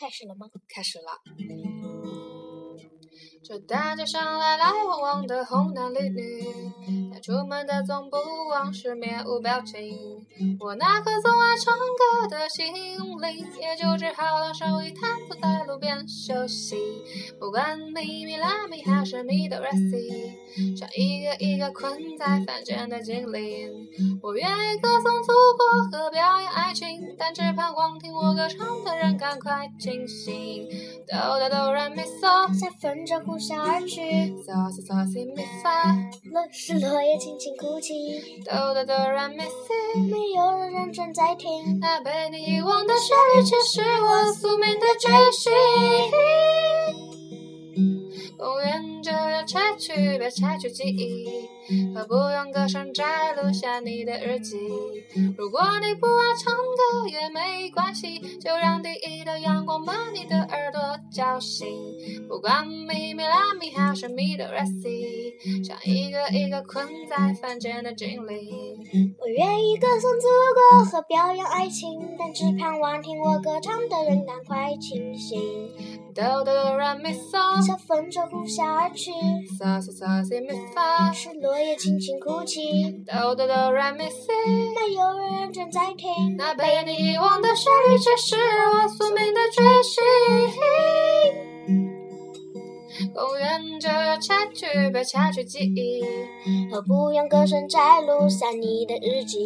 开始了吗？开始了。这大街上来来往往的红男绿女，他出门的总不忘是面无表情。我那颗总爱唱歌的心灵，也就只好两手一摊，坐在路边休息。不管咪咪拉咪还是咪哆来西，像一个一个困在饭圈的精灵。我愿意歌颂祖国和表演爱情，但只盼望听我歌唱的人赶快清醒。哆来哆来咪嗦。下分着呼啸而至，嗦嗦嗦西咪发，落是落叶轻轻哭泣，哆哆哆来咪西。没有人认真在听。那被你遗忘的旋律，却是我宿命的追寻。不愿这样拆去，别拆去记忆，何不用歌声摘录下你的日记？如果你不爱唱歌也没关系，就让第一道阳光把你的耳朵叫醒。不管咪咪拉咪还是咪哆来西，像一个一个困在凡间的精灵。我愿意歌颂祖国和表扬爱情，但只盼望听我歌唱的人赶快清醒。哆哆哆来咪嗦。小风筝呼啸而去，嗦嗦嗦西咪发，是落叶轻轻哭泣，哆哆哆来咪西。没有人认真在听。那被你遗忘的旋律，却是我宿命的追寻。公园这插曲，别插曲记忆。何不用歌声摘录下你的日记？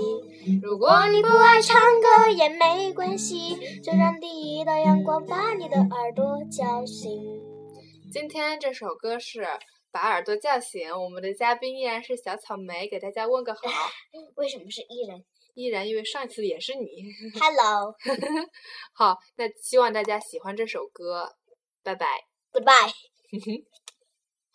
如果你不不爱爱唱唱，歌也没关系，就让第一道阳光把你的耳朵叫醒。今天这首歌是《把耳朵叫醒》，我们的嘉宾依然是小草莓，给大家问个好。为什么是艺人依然，因为上一次也是你。 ？Hello，Goodbye。好，那希望大家喜欢这首歌，拜拜。 Goodbye